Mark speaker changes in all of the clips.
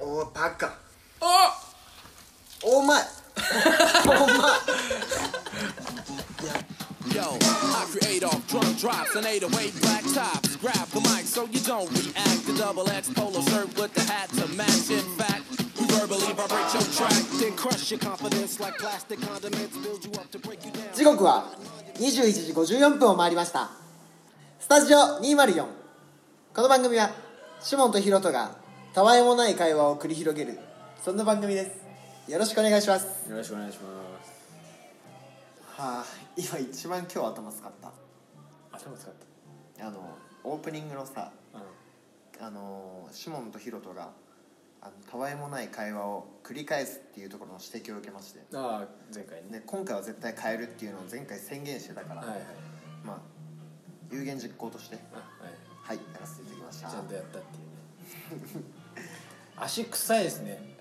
Speaker 1: おーバカ
Speaker 2: あ
Speaker 1: お前お前
Speaker 3: Yo, I create off drunk drops and 808 black tops. Grab the mic so you don't react. The double X polo shirt with the hat to match. In fact, you verbally vibrate your track. Then crush your confidence like plastic condiments. Build you up to break you down.
Speaker 4: 時刻は21時54分を回りましたスタジオ204この番組はシモンとヒロトがたわいもない会話を繰り広げるそんな番組ですよろしくお願いします
Speaker 2: よろしくお願いします
Speaker 4: はあ今一番今日頭使っ
Speaker 2: 頭使った
Speaker 4: あのオープニングのさ
Speaker 2: たうん
Speaker 4: あのシモンとヒロトがあのたわいもない会話を繰り返すっていうところの指摘を受けまして
Speaker 2: ああ前回ね
Speaker 4: で今回は絶対変えるっていうのを前回宣言してたから、
Speaker 2: はいはい
Speaker 4: まあ有言実行として
Speaker 2: あはい
Speaker 4: はいやらせていただきました
Speaker 2: ちゃんとやったっていうね足臭いですね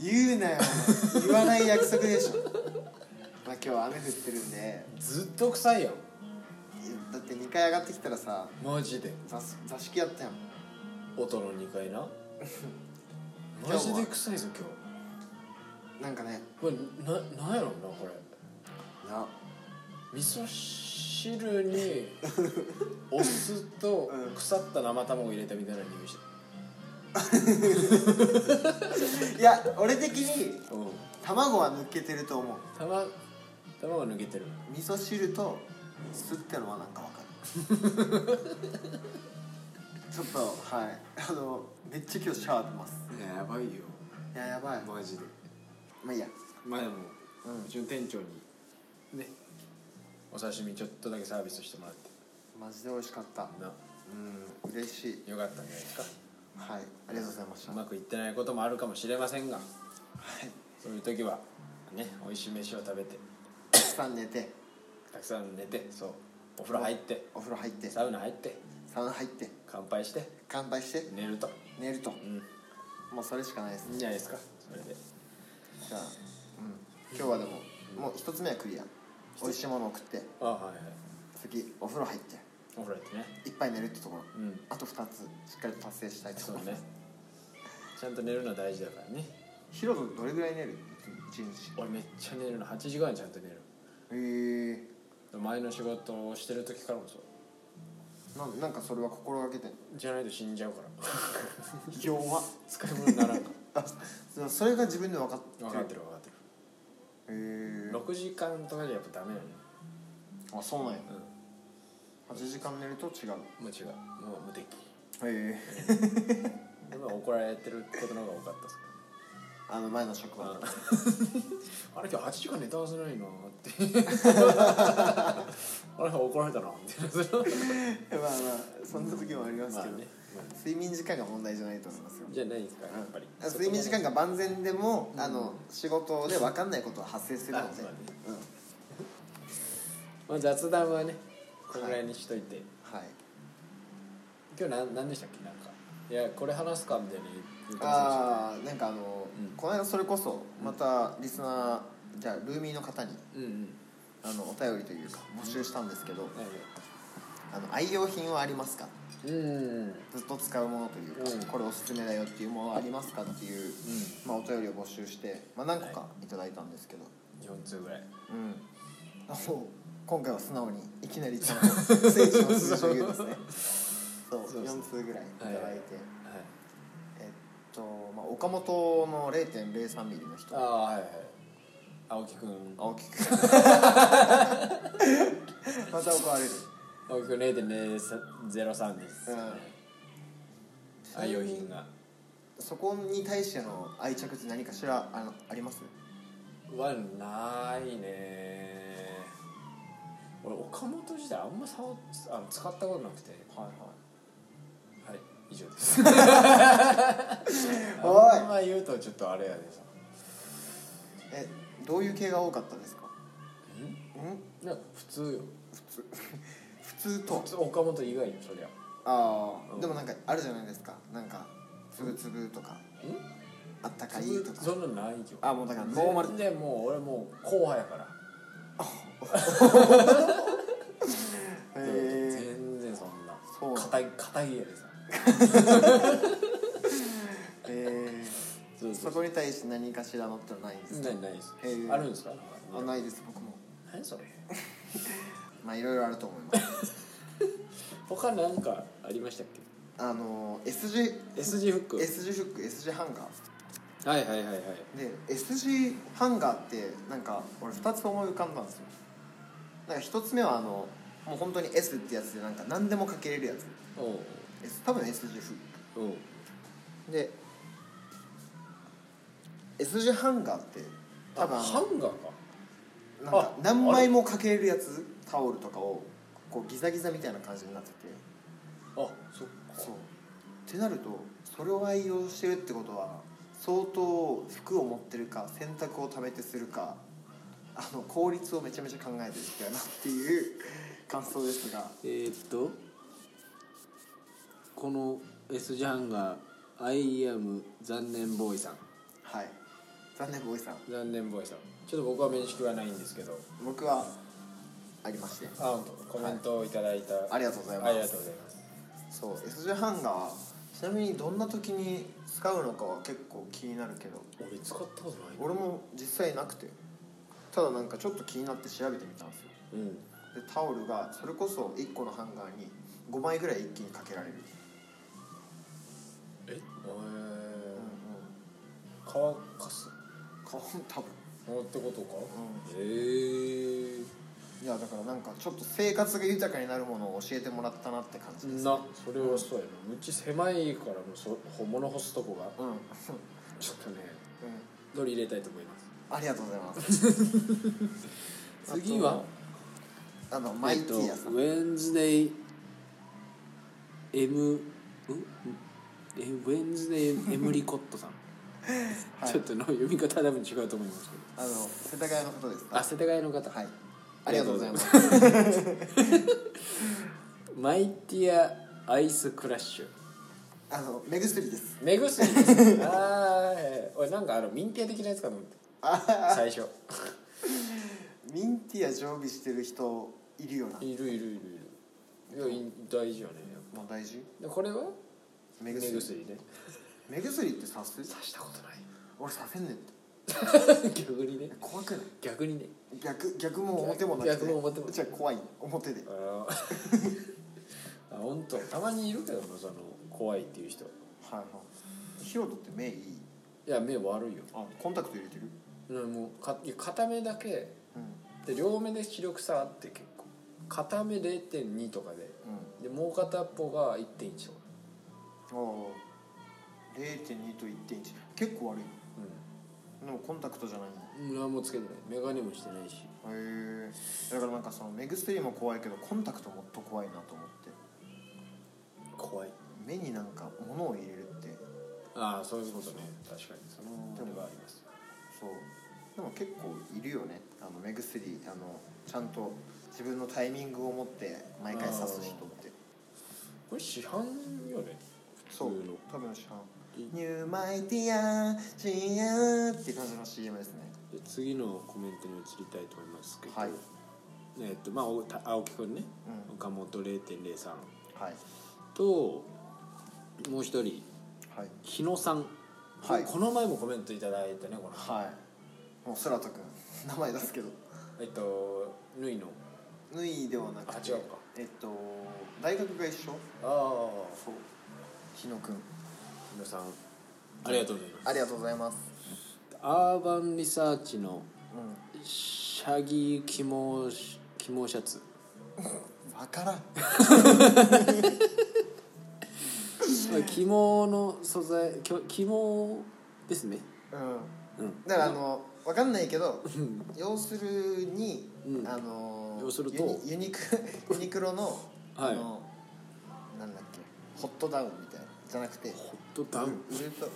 Speaker 4: 言うなよ言わない約束でしょ まあ今日は雨降ってるんで
Speaker 2: ずっと臭いよ
Speaker 4: だって2回上がってきたらさ
Speaker 2: マジで
Speaker 4: 座座敷やったやん
Speaker 2: 音の2階な
Speaker 4: 今日
Speaker 2: マ
Speaker 4: は
Speaker 2: ジで臭いぞ今日
Speaker 4: なんかね
Speaker 2: これななんやろうなこれ
Speaker 4: いや
Speaker 2: 味噌汁にお酢と
Speaker 4: うん
Speaker 2: 腐った生卵入れたみたいな匂いし て
Speaker 4: いや俺的に
Speaker 2: たうん
Speaker 4: 卵は抜けてると思う
Speaker 2: 玉卵抜けてる
Speaker 4: 味噌汁と酢ってのはなんかわか るちょっとはいあのめっちゃ今日シャワー浴びます
Speaker 2: やばいよ
Speaker 4: いややばいま
Speaker 2: マジで
Speaker 4: あいいや
Speaker 2: 前もうちの店長にねお刺身ちょっとだけサービスしてもらって
Speaker 4: マジで美味しかった
Speaker 2: な
Speaker 4: うん嬉しい
Speaker 2: よかったんじゃないですか
Speaker 4: はいありがとうございました
Speaker 2: うまくいってないこともあるかもしれませんがそういう時はね美味しい飯を食べて
Speaker 4: たくさん寝て
Speaker 2: たくさん寝てそうお風呂入って
Speaker 4: お風呂入って
Speaker 2: サウナ入って
Speaker 4: サウナ入って
Speaker 2: 乾杯して
Speaker 4: 乾杯して
Speaker 2: 寝ると
Speaker 4: 寝ると
Speaker 2: うん
Speaker 4: もうそれしかないです
Speaker 2: いいんじゃないですかそれで
Speaker 4: じゃあ、うん、今日はでももう一つ目はクリア美味しいものを食って
Speaker 2: あはいはい
Speaker 4: 次お風呂入って
Speaker 2: お風呂入ってね
Speaker 4: いっぱい寝るってところ、
Speaker 2: うん
Speaker 4: あと2つしっかりと達成したいと
Speaker 2: そう
Speaker 4: 思いま
Speaker 2: ね
Speaker 4: す
Speaker 2: ちゃんと寝るのは大事だからね
Speaker 4: ヒロトどれぐらい寝る一日
Speaker 2: 俺めっちゃ寝るの8時間ちゃんと寝る
Speaker 4: へえ
Speaker 2: 前の仕事をしてる時からもそう
Speaker 4: ー、なんなんかそれは心がけてんの
Speaker 2: じゃないと死んじゃうから
Speaker 4: 弱っ
Speaker 2: 使い物にならんか
Speaker 4: あ そそれが自分で分かってる
Speaker 2: 分かってる分かってる
Speaker 4: へえ
Speaker 2: 6時間とかじゃやっぱダメなのよ
Speaker 4: ー、あそうなんや、
Speaker 2: う
Speaker 4: 8時間寝ると違うん
Speaker 2: もう違うもう無敵
Speaker 4: へえ
Speaker 2: でも怒られてることの方が多かったっす
Speaker 4: あの前の職場とか
Speaker 2: あれ今日8時間寝たはずないな ーってあれ怒られたなみたいなそれ
Speaker 4: まあまあそんな時もありますけど、
Speaker 2: まあねま
Speaker 4: 睡眠時間が問題じゃないと思いますよ
Speaker 2: じゃないですかやっぱり
Speaker 4: あ睡眠時間が万全でも、あの仕事で分かんないことは発生するの
Speaker 2: あ
Speaker 4: で、
Speaker 2: そうだね
Speaker 4: うんは
Speaker 2: まあ雑談はねこのぐらいにしといて、
Speaker 4: い
Speaker 2: 今日なん何でしたっけなんかいやこれ話すかみたいな言ってま
Speaker 4: ああなんかあの、
Speaker 2: うん
Speaker 4: この間それこそまたリスナーじゃあルーミーの方に
Speaker 2: せんうんうん
Speaker 4: あのお便りというか募集したんですけど、
Speaker 2: はい
Speaker 4: あの愛用品はありますか
Speaker 2: うん
Speaker 4: ずっと使うものというか、
Speaker 2: うん
Speaker 4: これおすすめだよっていうものはありますかっていう、まあ、お便りを募集して、まあ、何個かいただいたんですけど、
Speaker 2: 4通ぐら
Speaker 4: う
Speaker 2: い
Speaker 4: んあの今回は素直にいきなりちゃんと聖地の 数字を言うんですねそう
Speaker 2: そうですね
Speaker 4: 4通ぐらいいただいて、
Speaker 2: はい
Speaker 4: えっと、まあ、岡本の0 0 3ミリの人
Speaker 2: ああはいはい青木くん
Speaker 4: 青木 くんまた怒られる
Speaker 2: 青木くん0.03です、
Speaker 4: うん
Speaker 2: 愛用品が
Speaker 4: そこに対しての愛着って何かしらあのあります
Speaker 2: はないね俺岡本時代あんま触っあの使ったことなくて
Speaker 4: はい
Speaker 2: はい以上です
Speaker 4: おい
Speaker 2: あんま言うとちょっとあれやでさ
Speaker 4: えどういう系が多かったですかん
Speaker 2: いや普通よ
Speaker 4: 普通とは
Speaker 2: 普通岡本以外にそりゃ
Speaker 4: ああ、
Speaker 2: うん
Speaker 4: でもなんかあるじゃないですかなんかつぶつぶとか、
Speaker 2: ん
Speaker 4: あったかいと
Speaker 2: そ
Speaker 4: か
Speaker 2: んなのないよ
Speaker 4: あもうだからノーマル
Speaker 2: 全然もう俺もう後輩やから
Speaker 4: へえ
Speaker 2: 全然そんな
Speaker 4: そう
Speaker 2: 硬い硬いやでさ
Speaker 4: こに対して何かしらのってのはないんです
Speaker 2: ないないです
Speaker 4: へー
Speaker 2: あるんですか
Speaker 4: あないです僕も
Speaker 2: 何それ
Speaker 4: まあいろいろあると思います
Speaker 2: 他なんかありましたっ
Speaker 4: あの S 字
Speaker 2: け S 字フック
Speaker 4: S 字フック S 字ハンガー
Speaker 2: はいはいはいはい
Speaker 4: で S 字ハンガーってなんか俺2つ思い浮かんだんですよなんか1つ目はあのもう本当に S ってやつでなんか何でもかけれるやつ
Speaker 2: お
Speaker 4: S 多分 S 字フッ
Speaker 2: うおう
Speaker 4: クで S 字ハンガーって多分
Speaker 2: あ
Speaker 4: あ
Speaker 2: ハ
Speaker 4: の
Speaker 2: ンガーか
Speaker 4: なんか
Speaker 2: あ
Speaker 4: 何枚もかけれるやつタオルとかをこうギザギザみたいな感じになってて
Speaker 2: あそっか
Speaker 4: そうってなるとそれを愛用してるってことは相当服を持ってるか洗濯を貯めてするかあの効率をめちゃめちゃ考えてる人やなっていう感想ですが
Speaker 2: えー、っとこの S 字ハンガー「アイアム残念ボーイさん
Speaker 4: はい残念ボーイさん」
Speaker 2: 残念ボーイさんちょっと僕は面識はないんですけど
Speaker 4: 僕はありまして
Speaker 2: あ本当コメントをいただいた、
Speaker 4: ありがとうございます
Speaker 2: ありがとうございます
Speaker 4: そう S 字ハンガーはちなみにどんな時に使うのかは結構気になるけど
Speaker 2: 俺使ったことない
Speaker 4: 俺も実際なくてただなんかちょっと気になって調べてみたんですよ
Speaker 2: うん
Speaker 4: でタオルがそれこそ1個のハンガーに5枚ぐらい一気にかけられる、
Speaker 2: え
Speaker 4: うんうん、
Speaker 2: 乾かす
Speaker 4: 顔も多分
Speaker 2: のってことかへえ
Speaker 4: いやだからなんかちょっと生活が豊かになるものを教えてもらったなって感じです
Speaker 2: なそれはそうやなうち狭いからもうそほ物干すとこが
Speaker 4: うん、うん、
Speaker 2: ちょっとねどれ入れたいと思います
Speaker 4: ありがとうございます
Speaker 2: 次は
Speaker 4: あのマイティー
Speaker 2: え
Speaker 4: ヤ
Speaker 2: っと
Speaker 4: さ
Speaker 2: ウ
Speaker 4: ん、
Speaker 2: ェンズデイ M んえウェンズデイエムリコットさん、
Speaker 4: はい
Speaker 2: ちょっとの読み方は多分違うと思いますけど
Speaker 4: あの世田谷のことですか
Speaker 2: あ世田谷の方
Speaker 4: はいありがとうございます
Speaker 2: マイティアアイスクラッシュ
Speaker 4: あの目薬です
Speaker 2: 目薬ですああ俺なんかあの民定的なやつかと思って最初
Speaker 4: ミンティア常備してる人いるよない
Speaker 2: るいるいるいるいやい大事よね
Speaker 4: もう大事
Speaker 2: でこれは
Speaker 4: 目
Speaker 2: 目
Speaker 4: 薬
Speaker 2: 薬ね
Speaker 4: 目薬ってさす
Speaker 2: 刺したことな
Speaker 4: 俺させんねんって
Speaker 2: い 逆にね
Speaker 4: 怖くない
Speaker 2: 逆にね
Speaker 4: 逆逆も表もなくて
Speaker 2: 逆も表も
Speaker 4: じゃあ怖い表で
Speaker 2: あー あ本当たまにいるけどなその怖いっていう人い
Speaker 4: はいはいヒロトって目いい
Speaker 2: や目悪いよ
Speaker 4: あコンタクト入れてる
Speaker 2: うんもうかいや片目だけ
Speaker 4: うん
Speaker 2: で両目で視力差あって結構片目0.2とかででもう片っぽが1.1とか
Speaker 4: うんああ0.2と1.1結構悪い
Speaker 2: うん
Speaker 4: でもコンタクトじゃないの
Speaker 2: 何もつけてないメガネもしてないし
Speaker 4: へえだからなんかその目薬も怖いけどコンタクトもっと怖いなと思って
Speaker 2: 怖い
Speaker 4: 目になんか物を入れるって
Speaker 2: ああそういうことね確かにそ
Speaker 4: で
Speaker 2: の
Speaker 4: も
Speaker 2: 手はあります
Speaker 4: そうでも結構いるよねあの目薬あのちゃんと自分のタイミングを持って毎回刺す人って
Speaker 2: これ市販よね
Speaker 4: そう
Speaker 2: 普通の
Speaker 4: 多分知らん
Speaker 2: い
Speaker 4: 「ニューマイティアチア」って感じの CM ですね
Speaker 2: で次のコメントに移りたいと思いますけど、
Speaker 4: はい
Speaker 2: えっとまあおた青木くんね、
Speaker 4: うん
Speaker 2: 岡本0.03
Speaker 4: はい
Speaker 2: ともう一人
Speaker 4: はい
Speaker 2: 日野さん、
Speaker 4: はい
Speaker 2: ここの前もコメントいただいたねこの、
Speaker 4: はいもうそらとくん 名前出すけど
Speaker 2: えっとぬいの
Speaker 4: ぬいではなくて
Speaker 2: あ違うか
Speaker 4: えっと大学が一緒
Speaker 2: ああ
Speaker 4: そう日野くん
Speaker 2: 日野さんありがとうございます
Speaker 4: ありがとうございます
Speaker 2: アーバンリサーチの
Speaker 4: う
Speaker 2: シャギー肝シ肝シャツ
Speaker 4: ん分からん
Speaker 2: 肝の素材きょ肝ですね
Speaker 4: うん
Speaker 2: うん
Speaker 4: だからあの分かんないけど要するに、
Speaker 2: うん
Speaker 4: あの
Speaker 2: 要すると
Speaker 4: ユニユ ニクユニクロの,、
Speaker 2: は
Speaker 4: あ
Speaker 2: い
Speaker 4: のなんだっけホットダウンみたいなじゃなくて
Speaker 2: ホットダウン
Speaker 4: ウルト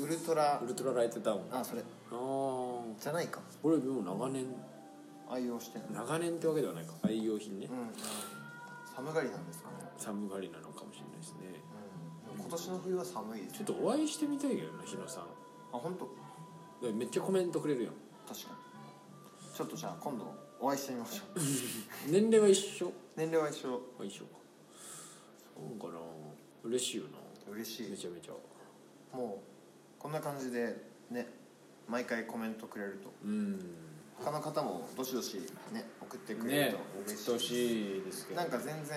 Speaker 4: ウルトラ
Speaker 2: ウルトラライトダウンあ
Speaker 4: あそれ
Speaker 2: あー
Speaker 4: じゃないか
Speaker 2: これでも長年
Speaker 4: 愛用してるの
Speaker 2: 長年ってわけではないか愛用品ね
Speaker 4: うん、うん、寒がりなんですかね、
Speaker 2: 寒がりなのかもしれないですね
Speaker 4: うん、でも今年の冬は寒いです
Speaker 2: ちょっとお会いしてみたいけどな日野さん
Speaker 4: あ本当
Speaker 2: でめっちゃコメントくれるやん
Speaker 4: 確かにちょっとじゃあ今度お会いしてみましょう
Speaker 2: 年齢は一緒
Speaker 4: 年齢は一緒
Speaker 2: あ一緒かそうかな嬉しいよな
Speaker 4: 嬉し
Speaker 2: め
Speaker 4: い
Speaker 2: ちゃめちゃ
Speaker 4: もうこんな感じでね毎回コメントくれると
Speaker 2: うん
Speaker 4: 他の方もどしどしね送ってくれる
Speaker 2: ね
Speaker 4: と
Speaker 2: 送ってほ
Speaker 4: 嬉しいで
Speaker 2: しいですけ
Speaker 4: す
Speaker 2: ど
Speaker 4: なんか全然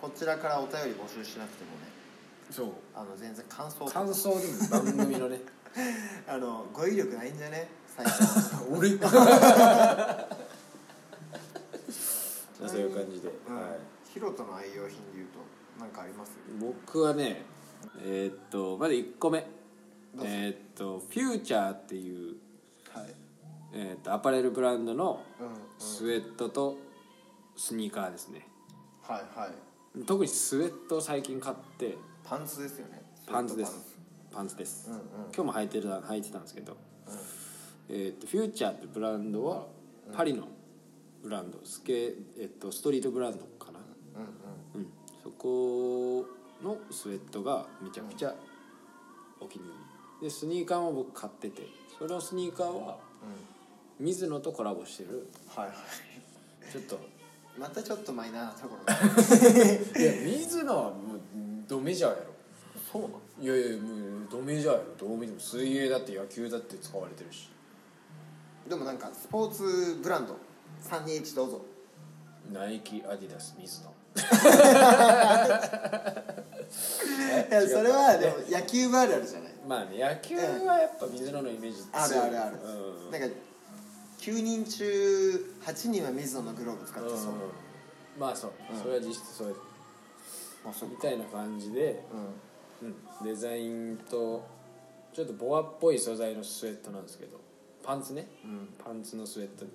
Speaker 4: こちらからお便り募集しなくてもね
Speaker 2: そう
Speaker 4: あの全然感想とか
Speaker 2: 感想でも番組のね
Speaker 4: あの語彙力ないんじゃね最初
Speaker 2: 俺 そういう感じで、
Speaker 4: うん
Speaker 2: はい
Speaker 4: ヒロトの愛用品でいうと何かあります
Speaker 2: 僕はねえーっとまず1個目
Speaker 4: どうぞ
Speaker 2: えーっとフューチャーっていう、
Speaker 4: はい
Speaker 2: えーっとアパレルブランドの
Speaker 4: うんうん
Speaker 2: スウェットとスニーカーですね
Speaker 4: はいはい
Speaker 2: 特にスウェットを最近買って
Speaker 4: パンツですよね
Speaker 2: パンツですパンツです、
Speaker 4: うんうん
Speaker 2: 今日も履いてる履いてたんですけど、えーっとフューチャーってブランドはパリのブランドスケ、えーっとストリートブランドかな、
Speaker 4: うんうん
Speaker 2: うん、そこのスウェットがめちゃくちゃお気に入りでスニーカーも僕買っててそのスニーカーは水野とコラボしてる
Speaker 4: はいはい
Speaker 2: ちょっと
Speaker 4: またちょっとマイナーなところが
Speaker 2: いや水野はもうドメジャーやろ
Speaker 4: そうなの
Speaker 2: いやいやもうドメジャーやろどう見ても水泳だって野球だって使われてるし
Speaker 4: でもなんかスポーツブランド321どうぞ
Speaker 2: ナイキアディダス水野
Speaker 4: いやそれはでも野球部あるあるじゃない
Speaker 2: まあね野球はやっぱ水野のイメージ
Speaker 4: ある
Speaker 2: 強い
Speaker 4: あるある、
Speaker 2: うん
Speaker 4: なんか9人中8人は水野のグローブ使ってそう、
Speaker 2: うんまあそう、それは実質そうです
Speaker 4: あそっ
Speaker 2: み
Speaker 4: か
Speaker 2: たいな感じで、
Speaker 4: う
Speaker 2: うん、デザインとちょっとボアっぽい素材のスウェットなんですけどパンツね、パンツのスウェット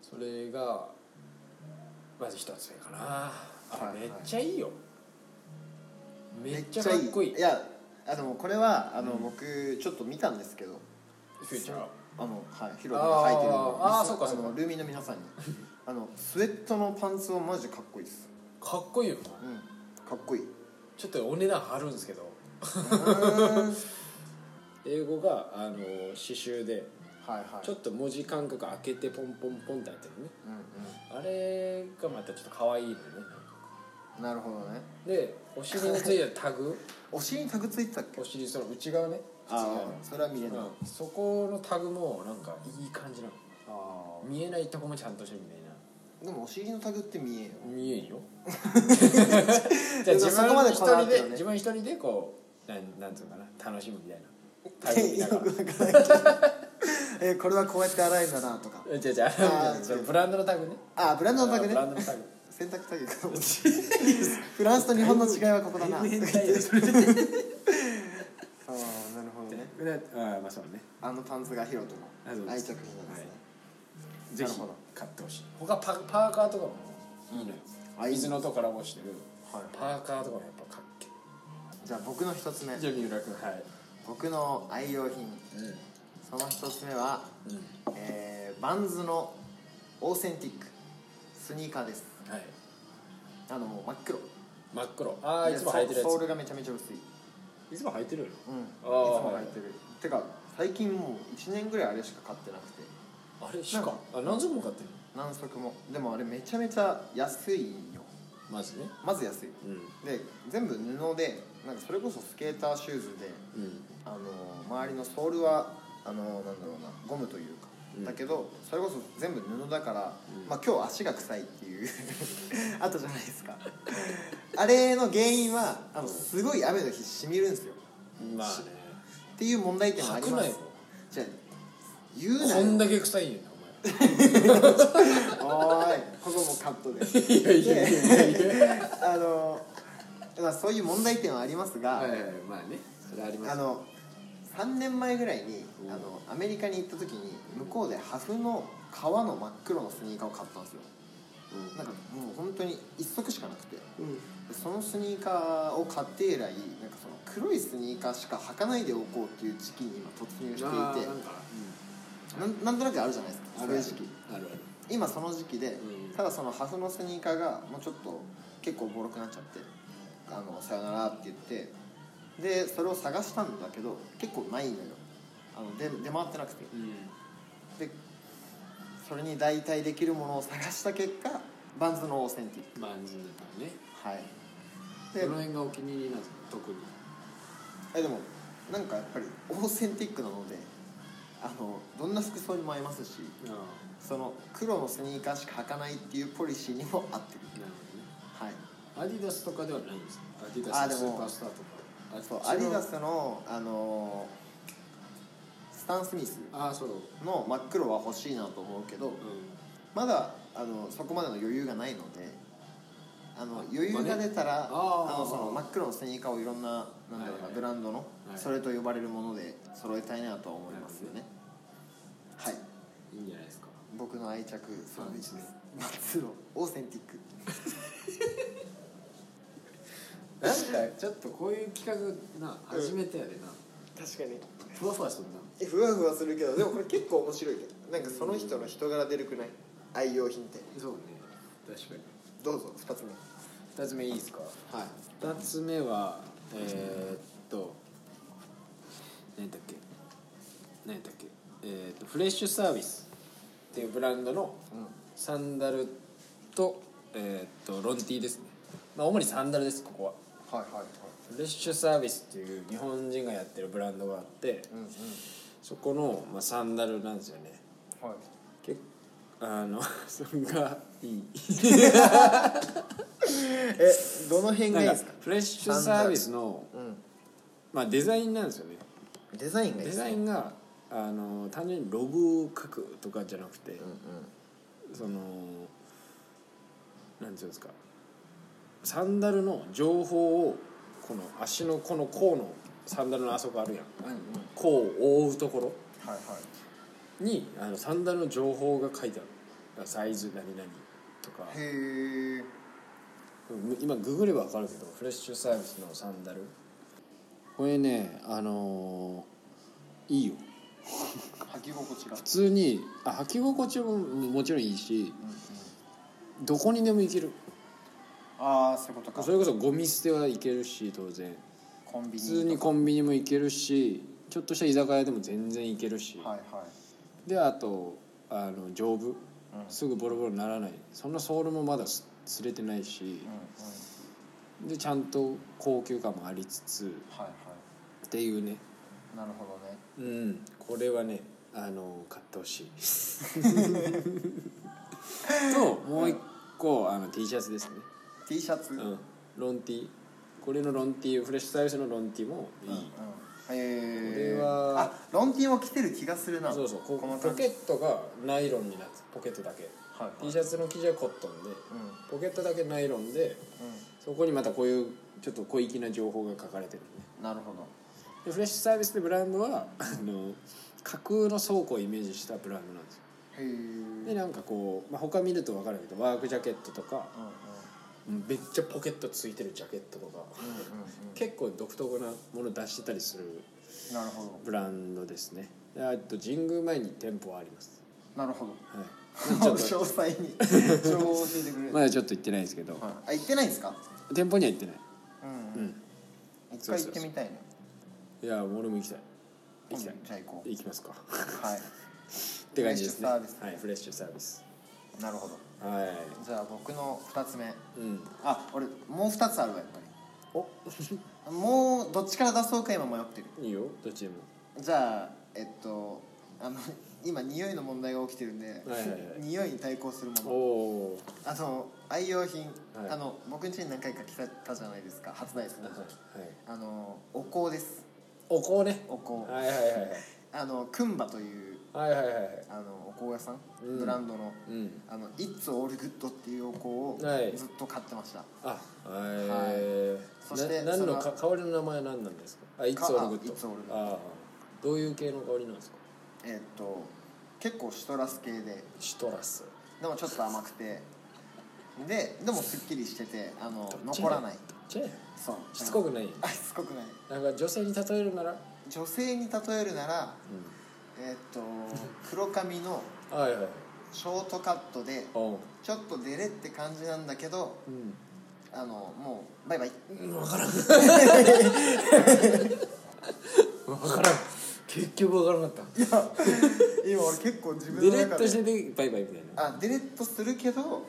Speaker 2: それがまず一つ目かなあ
Speaker 4: はい
Speaker 2: れめっちゃいいよ、
Speaker 4: ん
Speaker 2: めっちゃかっこいい
Speaker 4: いやあのこれはあの、僕ちょっと見たんですけど
Speaker 2: フューチャー
Speaker 4: あのはいヒロが履いてるのを
Speaker 2: あーあー
Speaker 4: リス
Speaker 2: そうかそうか
Speaker 4: あのルーミーの皆さんにあのスウェットのパンツはマジかっこいいです
Speaker 2: かっこいいよな
Speaker 4: うんかっこ いい
Speaker 2: ちょっとお値段張るんですけど英語があの刺繍で
Speaker 4: はいはい
Speaker 2: ちょっと文字間隔開けてポンポンポンってやってるね
Speaker 4: うん
Speaker 2: あれがまたちょっと可愛いのよね
Speaker 4: うん、なるほどね
Speaker 2: でお尻についてるタグ
Speaker 4: お尻にタグついてたっけ
Speaker 2: お尻その内側ね
Speaker 4: ああそれは見れ
Speaker 2: 内
Speaker 4: ない、
Speaker 2: 側うんそこのタグもなんかいい感じなの
Speaker 4: あ
Speaker 2: 見えないとこもちゃんとしてるみたいな
Speaker 4: ーでもお尻のタグって見えよ
Speaker 2: 見えんよ じゃあ
Speaker 4: でも
Speaker 2: 自
Speaker 4: そこま
Speaker 2: 分
Speaker 4: で
Speaker 2: 一
Speaker 4: こだわ
Speaker 2: 人
Speaker 4: って
Speaker 2: で
Speaker 4: よね
Speaker 2: 自分一人でこうなんなんつうのかな楽しむみたいなタグ見
Speaker 4: え
Speaker 2: な
Speaker 4: よ
Speaker 2: が
Speaker 4: く
Speaker 2: ら
Speaker 4: わからないけどえこれはこうやって洗えんだなとか
Speaker 2: うん違う違う
Speaker 4: あー
Speaker 2: そのブランドのタグね
Speaker 4: あブランドのタグね
Speaker 2: ブランドの タグ
Speaker 4: 洗濯タ グかと思ってフランスと日本の違いはここだなああなるほどね
Speaker 2: ああまあそうね
Speaker 4: あのパンツがヒロト
Speaker 2: あそう
Speaker 4: の
Speaker 2: で
Speaker 4: 愛
Speaker 2: す
Speaker 4: 着品なんですね、
Speaker 2: ぜ
Speaker 4: な
Speaker 2: ひ
Speaker 4: るほど
Speaker 2: 買ってほしい他パパーカーとかもいいのよ
Speaker 4: あいい
Speaker 2: 水のとコラボしてる
Speaker 4: はい
Speaker 2: パーカーとかもやっぱかっけえ
Speaker 4: じゃあ僕の一つ目
Speaker 2: じゃあ三浦君はい、
Speaker 4: 僕の愛用品その一つ目は、えーバンズのオーセンティックスニーカーです
Speaker 2: はい、
Speaker 4: あのもう真っ黒
Speaker 2: 真っ黒ああい
Speaker 4: で
Speaker 2: つも履いてるや
Speaker 4: ソールがめちゃめちゃ薄い
Speaker 2: ついつも履いてるよね
Speaker 4: うんいつ
Speaker 2: あー
Speaker 4: も履いてる、てか最近もう1年ぐらいあれしか買ってなくて
Speaker 2: あれしかあ何足も買ってる
Speaker 4: 何足もでもあれめちゃめちゃ安いよ
Speaker 2: のマジね
Speaker 4: まず安い、
Speaker 2: う
Speaker 4: で全部布でなんかそれこそスケーターシューズで、
Speaker 2: うん
Speaker 4: あのー周りのソールはあのーなんだろうなゴムというか、だけどそれこそ全部布だから、まあ、今日足が臭いっていう あったじゃないですかあれの原因はあのすごい雨の日しみるんですよ
Speaker 2: まあね
Speaker 4: っていう問題点もありま
Speaker 2: 履
Speaker 4: す
Speaker 2: くなよ
Speaker 4: じゃあ言うな
Speaker 2: こん
Speaker 4: よ
Speaker 2: だけ臭いんや
Speaker 4: お
Speaker 2: な
Speaker 4: ーいここもカットで
Speaker 2: お前いやいやいやいや
Speaker 4: あのまあそういう問題点はありますが、
Speaker 2: まあねそれあり
Speaker 4: あの3年前ぐらいにあのアメリカに行った時に向こうでハフの革の真っ黒のスニーカーを買ったんですよ、なんかもう本当に1足しかなくて、でそのスニーカーを買って以来なんかその黒いスニーカーしか履かないでおこうっていう時期に今突入していてなんなんとなくあるじゃないですかそういう時期
Speaker 2: ある
Speaker 4: 今その時期で、
Speaker 2: うん
Speaker 4: ただそのハフのスニーカーがもうちょっと結構ボロくなっちゃって「あのさよなら」って言ってでそれを探したんだけど結構ないのよあの出出回ってなくてでそれに代替できるものを探した結果バンズのオーセンティッ
Speaker 2: うんまあ人だったらね
Speaker 4: クはい
Speaker 2: こ
Speaker 4: で
Speaker 2: の辺がお気に入りなんですか特に
Speaker 4: えでもなんかやっぱりオーセンティックなのであのどんな服装にも合いますしその黒のスニーカーしか履かないっていうポリシーにも合ってる
Speaker 2: なるほどね
Speaker 4: はい
Speaker 2: アディダスとかではないんですかアディ
Speaker 4: あ
Speaker 2: ダ
Speaker 4: で
Speaker 2: ス
Speaker 4: も
Speaker 2: スーパースターとかあ
Speaker 4: そう
Speaker 2: っちの
Speaker 4: アディダスの、あのスタン・スミス
Speaker 2: ああそう、うん、
Speaker 4: の真っ黒は欲しいなと思うけどまだあのそこまでの余裕がないのであの余裕が出たらあ
Speaker 2: あー
Speaker 4: のその真っ黒のスニーカーをいろんななんだろうな、
Speaker 2: はいはい
Speaker 4: ブランドの、
Speaker 2: はい
Speaker 4: それと呼ばれるもので揃えたいなとは思いますよねはい
Speaker 2: いいんじゃないですか
Speaker 4: 僕の愛着その1です松のオーセンティック
Speaker 2: なんかちょっとこういう企画な初めてやでな、
Speaker 4: 確かに
Speaker 2: ふわふわするな
Speaker 4: えふわふわするけどでもこれ結構面白いけどなんかその人の人柄出るくない愛用品って
Speaker 2: そうね確かに
Speaker 4: どうぞ2つ目
Speaker 2: 2つ目いいですか
Speaker 4: はい
Speaker 2: 2つ目はえー、っと何だっけ何だっけえー、っとフレッシュサービスっていうブランドのサンダルと,、えー、っとロン T ですね、まあ、主にサンダルですここは
Speaker 4: はいはいはい
Speaker 2: フレッシュサービスっていう日本人がやってるブランドがあって、そこの、まあ、サンダルなんですよね
Speaker 4: はい
Speaker 2: 結あの それがいい
Speaker 4: えどの辺が
Speaker 2: ない
Speaker 4: い
Speaker 2: んか
Speaker 4: ですか
Speaker 2: フレッシュサービスの、
Speaker 4: うん
Speaker 2: まあ、デザインなんですよね
Speaker 4: デザインがいい
Speaker 2: デ
Speaker 4: です
Speaker 2: ザインがあの単純にロゴを書くとかじゃなくて、そのなんていうんですかサンダルの情報をこの足のこの甲のサンダルのあそこあるやん、甲を覆うところ
Speaker 4: はいはい
Speaker 2: にあのサンダルの情報が書いてあるサイズ何々とか
Speaker 4: へえ
Speaker 2: うん今ググれば分かるけどフレッシュサービスのサンダルこれねあのーいいよ
Speaker 4: 履き心地が
Speaker 2: 普通にあ履き心地ももちろんいいし、どこにでも行ける
Speaker 4: ああそういうことか
Speaker 2: それこそゴミ捨ては行けるし当然
Speaker 4: コンビ
Speaker 2: 普
Speaker 4: ニ
Speaker 2: 通にコンビニも行けるしちょっとした居酒屋でも全然行けるし、
Speaker 4: はいはい
Speaker 2: であとあの丈夫、すぐボロボロにならないそんなソールもまだす擦れてないし
Speaker 4: うん、うん
Speaker 2: でちゃんと高級感もありつつ
Speaker 4: はいは
Speaker 2: っていうね
Speaker 4: いなるほどね
Speaker 2: うんこれはねあの買ってほしい ともう一個あの T シャツですね、
Speaker 4: T シャツう
Speaker 2: うん
Speaker 4: うん
Speaker 2: ん、ロン T これのロン T フレッシュサービスのロン T もいい、
Speaker 4: へえ
Speaker 2: これは
Speaker 4: あロンティーも着てる気がするな
Speaker 2: そうそうこ
Speaker 4: この
Speaker 2: ポ
Speaker 4: 感じ
Speaker 2: ケットがナイロンになってポケットだけ
Speaker 4: はい
Speaker 2: T シャツの生地はコットンで、
Speaker 4: ん
Speaker 2: ポケットだけナイロンでそこにまたこういうちょっと小粋な情報が書かれてるね
Speaker 4: うんなるほど
Speaker 2: でフレッシュサービスでブランドは あの架空の倉庫をイメージしたブランドなんですよ
Speaker 4: へえうん
Speaker 2: でなんかこう、まあ、他見ると分かるけどワークジャケットとか
Speaker 4: うん
Speaker 2: めっちゃポケットついてるジャケットとか結構独特なもの出してたりする
Speaker 4: なるほど
Speaker 2: ブランドですねであと神宮前に店舗はあります、
Speaker 4: なるほど
Speaker 2: はい
Speaker 4: 詳細に情報を教えてくれる、
Speaker 2: まだちょっと行ってないですけど、
Speaker 4: はいあ行ってないんですか
Speaker 2: 店舗には行ってない
Speaker 4: うん
Speaker 2: う
Speaker 4: うん
Speaker 2: ん
Speaker 4: 一回行ってみたいね
Speaker 2: いや俺も行きたい行
Speaker 4: 今
Speaker 2: きた
Speaker 4: 度
Speaker 2: い
Speaker 4: じゃあ行こう
Speaker 2: 行きます か
Speaker 4: はい
Speaker 2: って感じですね
Speaker 4: フレッシュサービス
Speaker 2: はいフレッシュサービス
Speaker 4: なるほど
Speaker 2: は
Speaker 4: じゃあ僕の2つ目
Speaker 2: いうん
Speaker 4: あ俺もう2つあるわやっぱり
Speaker 2: お
Speaker 4: もうどっちから出そうか今迷ってる
Speaker 2: いいよどっちでも
Speaker 4: じゃあえっとあの 今匂いの問題が起きてるんで、
Speaker 2: はいはいはい
Speaker 4: 匂いに対抗するも
Speaker 2: お
Speaker 4: の
Speaker 2: お
Speaker 4: あの愛用品、
Speaker 2: はい
Speaker 4: あの僕ん家に何回か来たじゃないですか発売するの
Speaker 2: ー はい
Speaker 4: あのお香です
Speaker 2: お香ね
Speaker 4: お香
Speaker 2: はいはいはいはい
Speaker 4: あのクンバという
Speaker 2: はいはいはいはい
Speaker 4: あのお香屋さん、
Speaker 2: うん
Speaker 4: ブランドの
Speaker 2: うん
Speaker 4: あの「It's All Good」っていうお香を
Speaker 2: はい
Speaker 4: ずっと買ってました、
Speaker 2: あえー
Speaker 4: そして
Speaker 2: な何の
Speaker 4: そ
Speaker 2: か
Speaker 4: の
Speaker 2: 香りの名前は何なんですかあいつ
Speaker 4: か
Speaker 2: オルグッ
Speaker 4: あ It's All Good
Speaker 2: ドああどういう系の香りなんですか
Speaker 4: えっと結構シトラス系で
Speaker 2: シトラス
Speaker 4: でもちょっと甘くてででもすっきりしててあの
Speaker 2: どっちや
Speaker 4: 残らない
Speaker 2: チェー
Speaker 4: そう
Speaker 2: しつこく
Speaker 4: い
Speaker 2: ない
Speaker 4: あしつこくない
Speaker 2: なんか女性に例えるなら
Speaker 4: 女性に例えるなら、えっと黒髪の
Speaker 2: はいはい
Speaker 4: ショートカットで
Speaker 2: おう
Speaker 4: ちょっとデレって感じなんだけど
Speaker 2: うん
Speaker 4: あのもうバイバイ
Speaker 2: 分からん分からん結局分からなかっ
Speaker 4: 今俺結構自
Speaker 2: たデレッとしててバイバイみたいな
Speaker 4: あデレッとするけど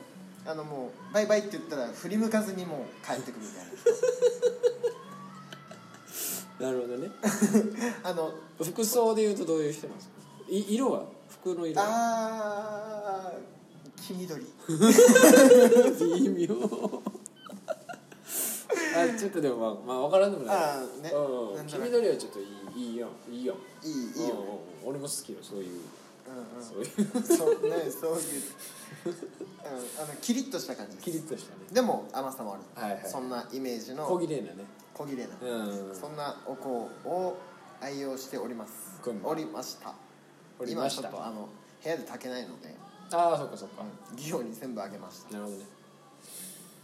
Speaker 4: あのもうバイバイって言ったら振り向かずにもう帰ってくるみたいな
Speaker 2: なるほどね
Speaker 4: あの
Speaker 2: 服装でいうとどういう人なんですかい色は服の色は
Speaker 4: あー黄緑
Speaker 2: 微妙あちょっとでもまあ、まあ、分からんでもない
Speaker 4: あーね
Speaker 2: うん
Speaker 4: なんとなく
Speaker 2: 黄緑はちょっといいいいよいいよ
Speaker 4: いいいいよね
Speaker 2: うんうん俺も好きよそういう
Speaker 4: うんうん
Speaker 2: そういう
Speaker 4: そうねそういう、うん、あのキリッとした感じ
Speaker 2: キ
Speaker 4: で
Speaker 2: リ
Speaker 4: す
Speaker 2: ッとしたね
Speaker 4: でも甘さもある、
Speaker 2: はいはい
Speaker 4: そんなイメージの
Speaker 2: 小切れなね
Speaker 4: 小切れな、
Speaker 2: うん
Speaker 4: そんなお香を愛用しております
Speaker 2: こん
Speaker 4: おりました
Speaker 2: おりました
Speaker 4: 今ちょっとあの部屋で炊けないので
Speaker 2: ああそっかそっか、
Speaker 4: 技法に全部あげました
Speaker 2: なるほどね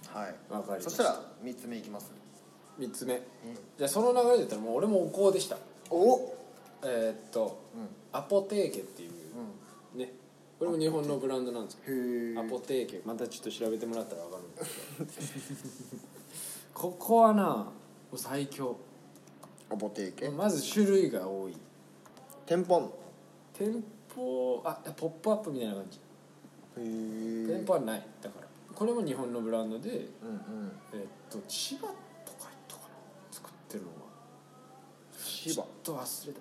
Speaker 4: はい
Speaker 2: わかりまし
Speaker 4: そ
Speaker 2: た
Speaker 4: したら3つ目いきます
Speaker 2: 3つ目、じゃあその流れで言ったらもう俺もお香でした
Speaker 4: お
Speaker 2: えーっと、アポテーケっていう、ねこれも日本のブランドなんですけ
Speaker 4: へ
Speaker 2: どア
Speaker 4: え
Speaker 2: ポテーケまたちょっと調べてもらったら分かるんですけどここはなもう最強
Speaker 4: おぼていけ
Speaker 2: まず種類が多い
Speaker 4: 天ぽん
Speaker 2: 店舗あいやポップアップみたいな感じ
Speaker 4: へえ
Speaker 2: 店舗はないだからこれも日本のブランドで
Speaker 4: うんうん
Speaker 2: えーっと千葉とか行ったかな作ってるのは
Speaker 4: 千
Speaker 2: ちょ
Speaker 4: 葉
Speaker 2: っと忘れた、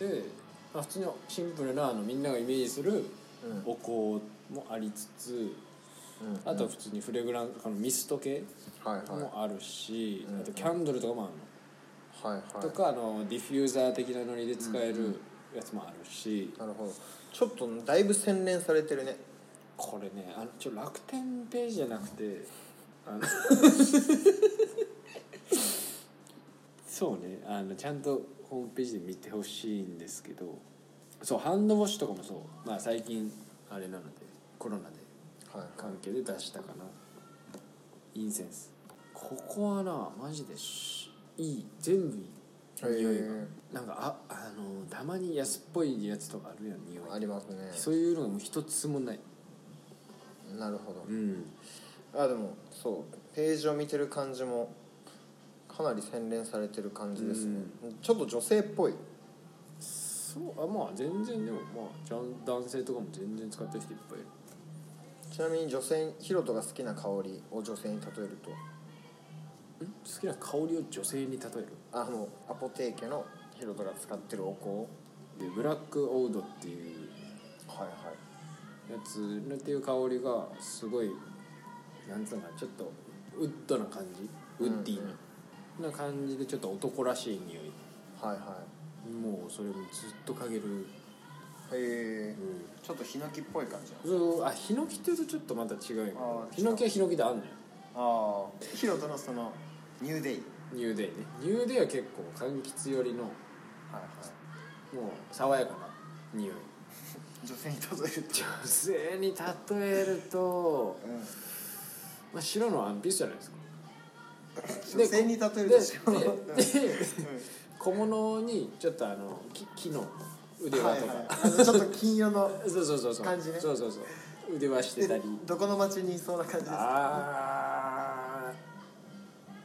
Speaker 2: うんうん、で、まあ、普通のシンプルなあのみんながイメージする
Speaker 4: うん
Speaker 2: お香もありつつ、
Speaker 4: うん
Speaker 2: あとは普通にフレグランあのミスト系
Speaker 4: はいはい
Speaker 2: もあるし、あとキャンドルとかもあるの、
Speaker 4: はい
Speaker 2: とかあのディフューザー的なノリで使えるやつもあるし、
Speaker 4: なるほどちょっとだいぶ洗練されてるね
Speaker 2: これねあのちょ楽天ページじゃなくてあのそうねあのちゃんとホームページで見てほしいんですけどそうハンドウォッシュとかもそう、まあ、最近あれなのでコロナで
Speaker 4: はい
Speaker 2: 関係で出したかなインセンスここはなマジでしいい全部いい
Speaker 4: へえ
Speaker 2: 匂いがなんかああのたまに安っぽいやつとかあるやん匂い
Speaker 4: ありますね
Speaker 2: そういうのがもう一つもない
Speaker 4: なるほど
Speaker 2: うん
Speaker 4: あでもそうページを見てる感じもかなり洗練されてる感じですね、ちょっと女性っぽい
Speaker 2: そうあまあ全然でもまあじゃん男性とかも全然使ってる人いっぱいいる
Speaker 4: ちなみに女性ヒロトが好きな香りを女性に例えると
Speaker 2: ん好きな香りを女性に例える
Speaker 4: あのアポテーケのヒロトが使ってるお香
Speaker 2: でブラックオードっていう
Speaker 4: はいはい
Speaker 2: やつっていう香りがすごいなんつうのかなちょっとウッドな感じウッディーな,、感じでちょっと男らしい匂い
Speaker 4: はい
Speaker 2: もうそれもずっと嗅げる、
Speaker 4: はいへえ
Speaker 2: うん、
Speaker 4: ちょっとヒノキっぽい感じだ
Speaker 2: そうあヒノキっていうとちょっとまた違うよね
Speaker 4: あー
Speaker 2: ヒノキはヒノキであんのよ
Speaker 4: ああヒロトのそのニューデイ
Speaker 2: ニューデイねニューデイは結構柑橘寄りのも
Speaker 4: はいは
Speaker 2: う爽やかな匂い
Speaker 4: い女性に例えると
Speaker 2: 女性に例えると、
Speaker 4: う
Speaker 2: まあ、白のワンピースじゃないですか
Speaker 4: ん女性に例え
Speaker 2: で
Speaker 4: る
Speaker 2: で
Speaker 4: としよう
Speaker 2: で小物にちょっとあの木木の腕輪
Speaker 4: はい
Speaker 2: とか、
Speaker 4: はいあのちょっと金色の
Speaker 2: そうそうそうそう
Speaker 4: 感じね
Speaker 2: そうそうそう腕輪してた
Speaker 4: で
Speaker 2: り
Speaker 4: どこの町にいそうな感じです
Speaker 2: あ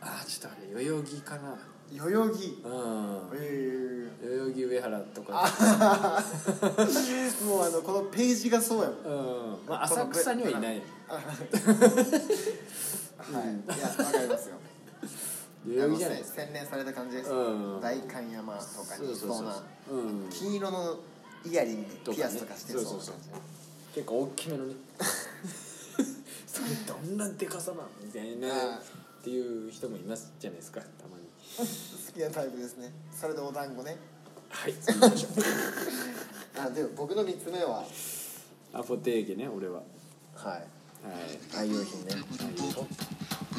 Speaker 2: ーあーちょっとあれ代々木かな
Speaker 4: 代々木
Speaker 2: うん
Speaker 4: え
Speaker 2: 代々木上原とか
Speaker 4: えもうあのこのページがそうやもん
Speaker 2: うんまあ浅草にはいないよね
Speaker 4: はいいやわかりますよ
Speaker 2: 代
Speaker 4: で
Speaker 2: 々
Speaker 4: も
Speaker 2: 木じゃない
Speaker 4: ね
Speaker 2: ですか
Speaker 4: 洗練された感じです
Speaker 2: うん
Speaker 4: 代官山とかにいそうな
Speaker 2: そううん
Speaker 4: 金色のイヤリング
Speaker 2: とかね
Speaker 4: ピアスとかしてそうな感じ
Speaker 2: そうそう結構大きめ のねそれどんなでかさなんみたいな
Speaker 4: あー
Speaker 2: っていう人もいますじゃないですかたまに
Speaker 4: 好きなタイプですねそれでお団子ね
Speaker 2: はい次行きましょ
Speaker 4: あでも僕の3つ目は
Speaker 2: う アポテーゲね俺はは
Speaker 4: はい
Speaker 2: い
Speaker 4: 愛用品ね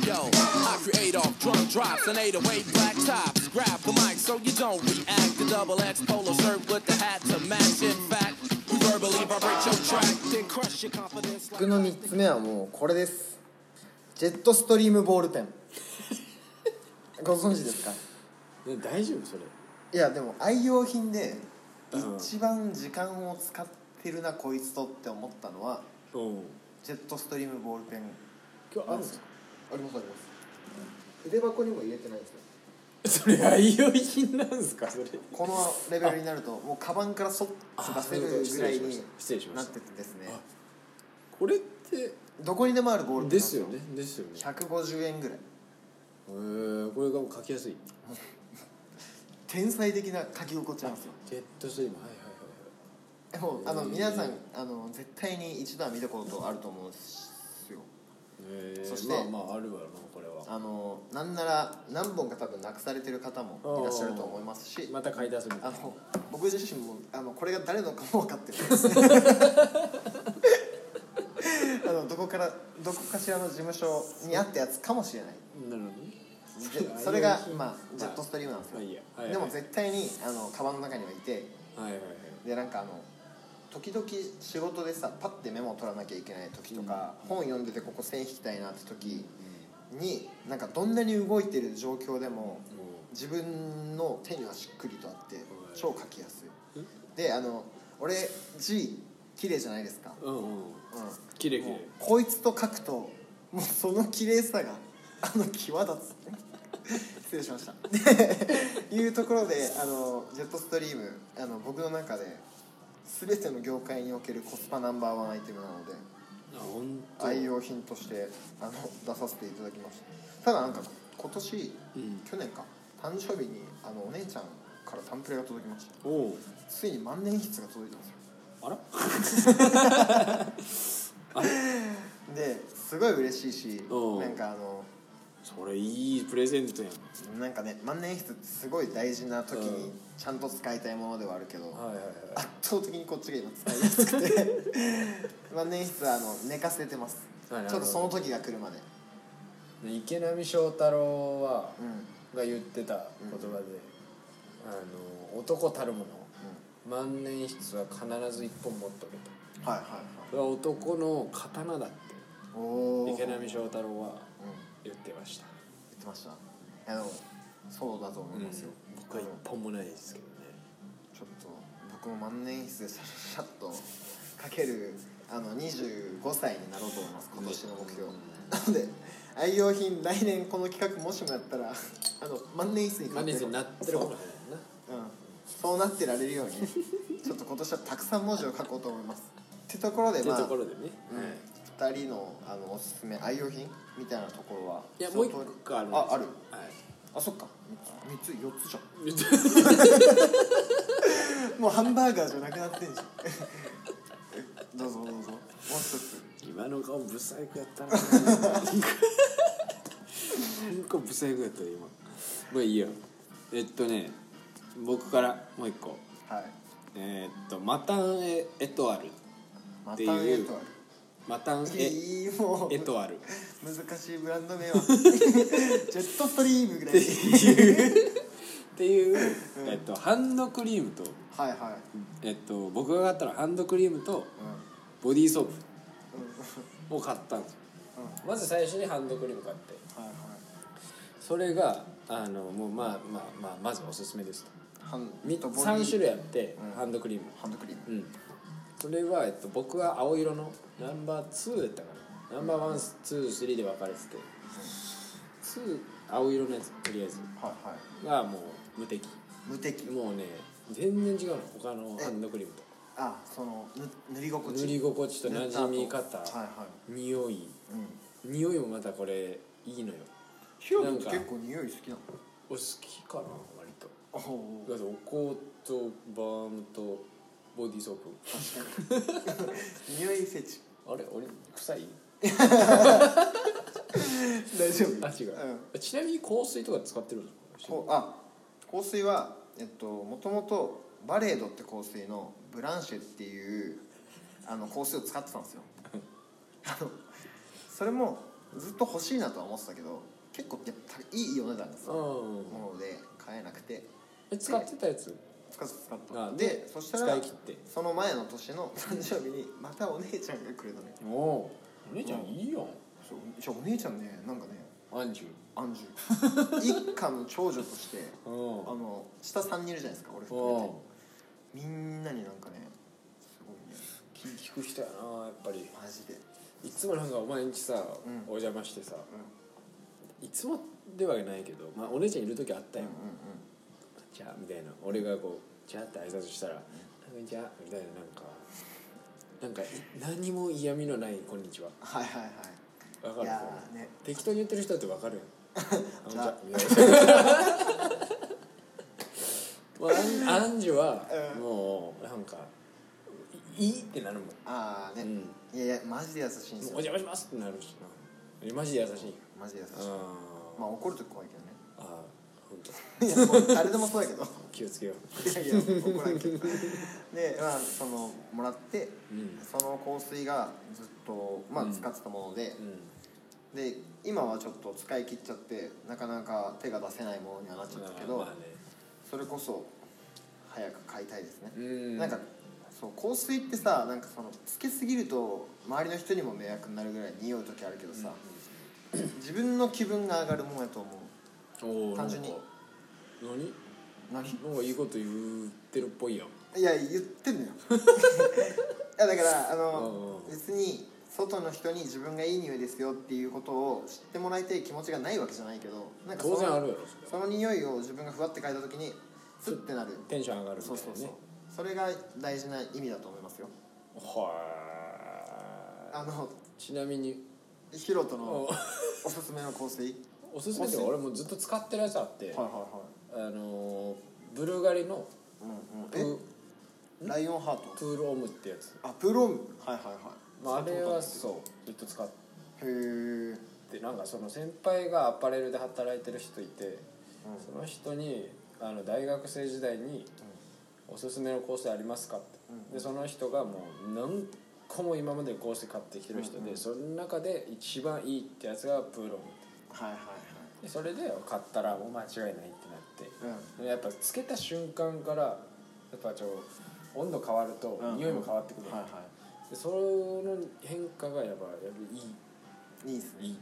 Speaker 3: Yo, I create off drum drops and 808 black tops. Grab the mic so you don't react. The double X polo shirt with the hat to match. In fact, we verbally vibrate your track, then crush your confidence.
Speaker 4: 僕の3つ目はもうこれですジェットストリームボールペンご存知ですか
Speaker 2: ね大丈夫それ
Speaker 4: いやでも愛用品で一番時間を使ってるなこいつとって思ったのは
Speaker 2: うん
Speaker 4: ジェットストリームボールペン
Speaker 2: 今日あるんですか
Speaker 4: ありますあります筆箱にも入れてないんですよ
Speaker 2: それ愛用品なんですかそれ
Speaker 4: このレベルになるともうカバンからそっと出せるぐらいに
Speaker 2: 失礼しま
Speaker 4: な
Speaker 2: し
Speaker 4: ったててですね
Speaker 2: これって
Speaker 4: どこにでもあるボールペンなん
Speaker 2: ですよねですよねへ
Speaker 4: 150円ぐらい
Speaker 2: えこれが書きやすい
Speaker 4: 天才的な書き心地なんですよ
Speaker 2: ジェットストリームはいはい
Speaker 4: でもあの皆さんあの絶対に一度は見たことあると思うんですよ
Speaker 2: はいはいへえ
Speaker 4: そして
Speaker 2: まあまああるわなこれは
Speaker 4: あのなんなら何本か多分なくされてる方もいらっしゃると思いますし
Speaker 2: また買い出すみた
Speaker 4: あ
Speaker 2: いな
Speaker 4: の僕自身もあのこれが誰のかも分かってる あのどこからどこかしらの事務所にあったやつかもし れない
Speaker 2: なるほどね
Speaker 4: でそれがまあジェットストリームなんですよ、
Speaker 2: まあいいやはいはい
Speaker 4: でも絶対にあのカバンの中にはいて
Speaker 2: はいはいはい
Speaker 4: でなんかあの時々仕事でさパッてメモを取らなきゃいけない時とか、本読んでてここ線引きたいなって時に、なんかどんなに動いてる状況でも、自分の手にはしっくりとあって超書きやすいであの俺字綺麗じゃないですか、
Speaker 2: うんうん
Speaker 4: う
Speaker 2: 綺麗
Speaker 4: ん、
Speaker 2: 綺
Speaker 4: もう
Speaker 2: 麗
Speaker 4: こいつと書くともうその綺麗さがあの際立つ失礼しましたでいうところであのジェットストリームあの僕の中で全ての業界におけるコスパナンバーワンアイテムなので
Speaker 2: あ本当
Speaker 4: 愛用品としてあの出させていただきましたただなんか今年、
Speaker 2: ん
Speaker 4: 去年か誕生日にあのお姉ちゃんからタンプレが届きました
Speaker 2: おおう
Speaker 4: ついに万年筆が届いたんですよ
Speaker 2: あら
Speaker 4: ですごい嬉しいし
Speaker 2: おう
Speaker 4: なんかあの
Speaker 2: それいいプレゼントやん
Speaker 4: なんかね万年筆ってすごい大事な時
Speaker 2: う
Speaker 4: に
Speaker 2: ん
Speaker 4: ちゃんと使いたいものではあるけど、
Speaker 2: はいはいはい
Speaker 4: 圧倒的にこっちが今使いやすくて 万年筆はあの寝かせてます、
Speaker 2: はい
Speaker 4: ちょっとその時が来るまで
Speaker 2: で池波正太郎は、
Speaker 4: うん
Speaker 2: が言ってた言葉で、あの男たるもの、万年筆は必ず一本持っておけと
Speaker 4: はいはい
Speaker 2: それは男の刀だって
Speaker 4: はいおお
Speaker 2: 池
Speaker 4: 言っ
Speaker 2: 波正太郎は言ってました、
Speaker 4: てましたいやでもそうだと思いますよ、
Speaker 2: 僕は一本もないですけどね
Speaker 4: ちょっと僕も万年筆でシャシャッとかけるあの25歳になろうと思います今年の目標、なので愛用品来年この企画もしもやったらあの万年筆に
Speaker 2: 万年筆になってる方
Speaker 4: そう
Speaker 2: が早いな
Speaker 4: うん、そうなってられるようにちょっと今年はたくさん文字を書こうと思いますってところで
Speaker 2: って
Speaker 4: まあ
Speaker 2: ところでね、はい
Speaker 4: 2人のあのおすすめ愛用品みたいなところはい
Speaker 2: やもう一個あるんです
Speaker 4: あある
Speaker 2: はい
Speaker 4: あそっか3つ4つじゃんもうハンバーガーじゃなくなってんじゃん どうぞどうぞもう一つ
Speaker 2: 今の顔ブサイクやった ななんかブサイクやったね今まあいいよえっとね僕からもう一個
Speaker 4: はい
Speaker 2: えーっとマタンエエトアル
Speaker 4: ま
Speaker 2: って
Speaker 4: たエ
Speaker 2: いう
Speaker 4: トワ
Speaker 2: マタン
Speaker 4: ル
Speaker 2: エ
Speaker 4: いいもう
Speaker 2: エトアルっ
Speaker 4: 難しいブランド 名はジェットストリームぐらい
Speaker 2: ていう、えっと、ハンドクリームと、
Speaker 4: はいは
Speaker 2: えっと、僕が買ったのはハンドクリームと
Speaker 4: い、うん
Speaker 2: ボディーソープを買ったんですよ、まず最初にハンドクリーム買って
Speaker 4: はいはい
Speaker 2: それがあのもうまあまあまあまずおすすめですと
Speaker 4: ハン
Speaker 2: み
Speaker 4: とボディ
Speaker 2: 3種類あって、
Speaker 4: うん
Speaker 2: ハンドクリーム
Speaker 4: ハンドクリーム
Speaker 2: うんそれは、えっと、僕は青色のナンバー2やったかなナンバー123で分かれてて、2青色のやつとりあえず
Speaker 4: はいはい
Speaker 2: がもう無敵
Speaker 4: 無敵
Speaker 2: もうね全然違うの他のハンドクリームと
Speaker 4: あそのぬ塗り心地
Speaker 2: 塗り心地と馴染み方
Speaker 4: はいは
Speaker 2: 匂い
Speaker 4: い、うん、
Speaker 2: 匂いもまたこれいいのよ
Speaker 4: ヒロ君
Speaker 2: なんか
Speaker 4: 結構匂い好きなの
Speaker 2: お好きかな割と
Speaker 4: おお
Speaker 2: だってお香とバームとボディーソープ
Speaker 4: 匂いフェチ
Speaker 2: あれ俺臭い
Speaker 4: 大丈
Speaker 2: あ違う、ちなみに香水とか使ってるの
Speaker 4: こうあ香水はえっともともとバレードって香水のブランシェっていうあの香水を使ってたんです よあのそれもずっと欲しいなとは思ってたけど結構やっぱいいお値段がする
Speaker 2: うん
Speaker 4: もので買えなくて
Speaker 2: え使ってたやつ
Speaker 4: 使った使った
Speaker 2: あ
Speaker 4: でそしたら
Speaker 2: 使い切って
Speaker 4: その前の年の誕生日にまたお姉ちゃんがくれたね
Speaker 2: おお姉ちゃんいいよ
Speaker 4: そうじゃあお姉ちゃんねなんかね
Speaker 2: アンジ
Speaker 4: アンジュ 一家の長女として
Speaker 2: ュう
Speaker 4: あ
Speaker 2: んお
Speaker 4: の下3人いるじゃないですか俺含めて
Speaker 2: お
Speaker 4: みんなになんかねすごいね
Speaker 2: 気聞く人やなやっぱり
Speaker 4: マジで
Speaker 2: いつもなんかお前んちさ、
Speaker 4: うん
Speaker 2: お邪魔してさ、いつもではないけど、まあ、お姉ちゃんいる時あったよ、
Speaker 4: うんうん
Speaker 2: じゃあみたいな俺がこうじゃあって挨拶したら「こんにちは」みたいななんかなんかい何も嫌味のない「こんにちは
Speaker 4: はいはいは」いい
Speaker 2: わかる
Speaker 4: やーね
Speaker 2: 適 当に言ってる人ってわかるやん あの
Speaker 4: じゃあ
Speaker 2: みたいなもうアンアンジュはもうなんかいいいってなるもんも
Speaker 4: ああね、いやいやマジで優しいんです
Speaker 2: うお
Speaker 4: よ
Speaker 2: 邪魔しますってなるしなマジで優しい
Speaker 4: マジで優しい
Speaker 2: あー
Speaker 4: まあ怒るとき怖いけどね
Speaker 2: あー本当
Speaker 4: いやもう誰でもそうやけ ど
Speaker 2: 気をつけよう
Speaker 4: いやいや怒らんけどでまあそのもらって、
Speaker 2: うん
Speaker 4: その香水がずっと、まあ、使ってたもので、で今はちょっと使い切っちゃってなかなか手が出せないものにはなっちゃったけど、
Speaker 2: まあね
Speaker 4: それこそ早く買いたいですね、
Speaker 2: うん
Speaker 4: なんかそう香水ってさなんかそのつけすぎると周りの人にも迷惑になるぐらい匂う時あるけどさ、自分の気分が上がるもんやと思う
Speaker 2: おー
Speaker 4: 単純に
Speaker 2: なんか何
Speaker 4: 何
Speaker 2: なんかいいこと言ってるっぽいやん
Speaker 4: いや言ってんのよ いやだからあの
Speaker 2: うんうん
Speaker 4: 別に外の人に自分がいい匂いですよっていうことを知ってもらいたい気持ちがないわけじゃないけどなんかその
Speaker 2: 当然あるやろそれ
Speaker 4: その匂いを自分がふわって嗅いだ時にスッてなる
Speaker 2: テンション上がるみたい
Speaker 4: そう
Speaker 2: な
Speaker 4: そう
Speaker 2: ね
Speaker 4: そうそれが大事な意味だと思いますよ
Speaker 2: は
Speaker 4: あの
Speaker 2: いちなみに
Speaker 4: ヒロトの
Speaker 2: お
Speaker 4: おすすめの香水
Speaker 2: おすすめで俺もずっと使ってるやつあって、
Speaker 4: はいはいは
Speaker 2: あのーブルガリの
Speaker 4: いうんうん
Speaker 2: プ
Speaker 4: え
Speaker 2: ー
Speaker 4: ライオンハート
Speaker 2: プールオムってやつ、
Speaker 4: あプロムはいはいはい
Speaker 2: まあ、あれは
Speaker 4: そ
Speaker 2: そうずっと使っ
Speaker 4: うへえ
Speaker 2: てなんかその先輩がアパレルで働いてる人いて、その人にあの大学生時代に「おすすめの香水ありますか?」って、でその人がもう何個も今まで香水買ってきてる人で、その中で一番いいってやつがプールオムって
Speaker 4: はいはいはい
Speaker 2: でそれで買ったらもう間違いないってなって、
Speaker 4: う
Speaker 2: でやっぱつけた瞬間からやっぱちょ温度変わると
Speaker 4: うん
Speaker 2: 匂いも変わってくる、
Speaker 4: はいは
Speaker 2: でその変化がやっぱやっぱい
Speaker 4: い
Speaker 2: い
Speaker 4: いいですね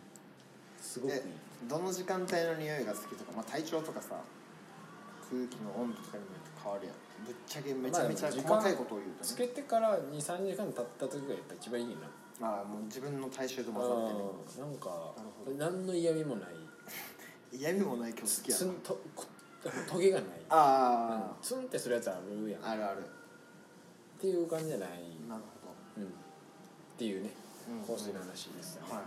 Speaker 2: すごくいい
Speaker 4: でどの時間帯の匂いが好きとか、まあ、体調とかさ空気の温度とかにもよって変わるやんぶっちゃけめちゃめちゃ
Speaker 2: まあでも時
Speaker 4: 細
Speaker 2: 間
Speaker 4: かいことを言うと
Speaker 2: つ
Speaker 4: ね
Speaker 2: けてから23時間経った時がやっぱ一番いいな
Speaker 4: まあもう自分の体臭と
Speaker 2: あ
Speaker 4: 混ざってね
Speaker 2: ーなんか
Speaker 4: なるほ
Speaker 2: 何の嫌味もない
Speaker 4: 嫌味もない曲好きや
Speaker 2: ツ
Speaker 4: な
Speaker 2: ンとこトゲがない
Speaker 4: あ
Speaker 2: ツンってするやつあるやん
Speaker 4: あ、あるある
Speaker 2: っていう感じじゃない、
Speaker 4: なるほ
Speaker 2: うん、っていうね香水の話ですよね
Speaker 4: どは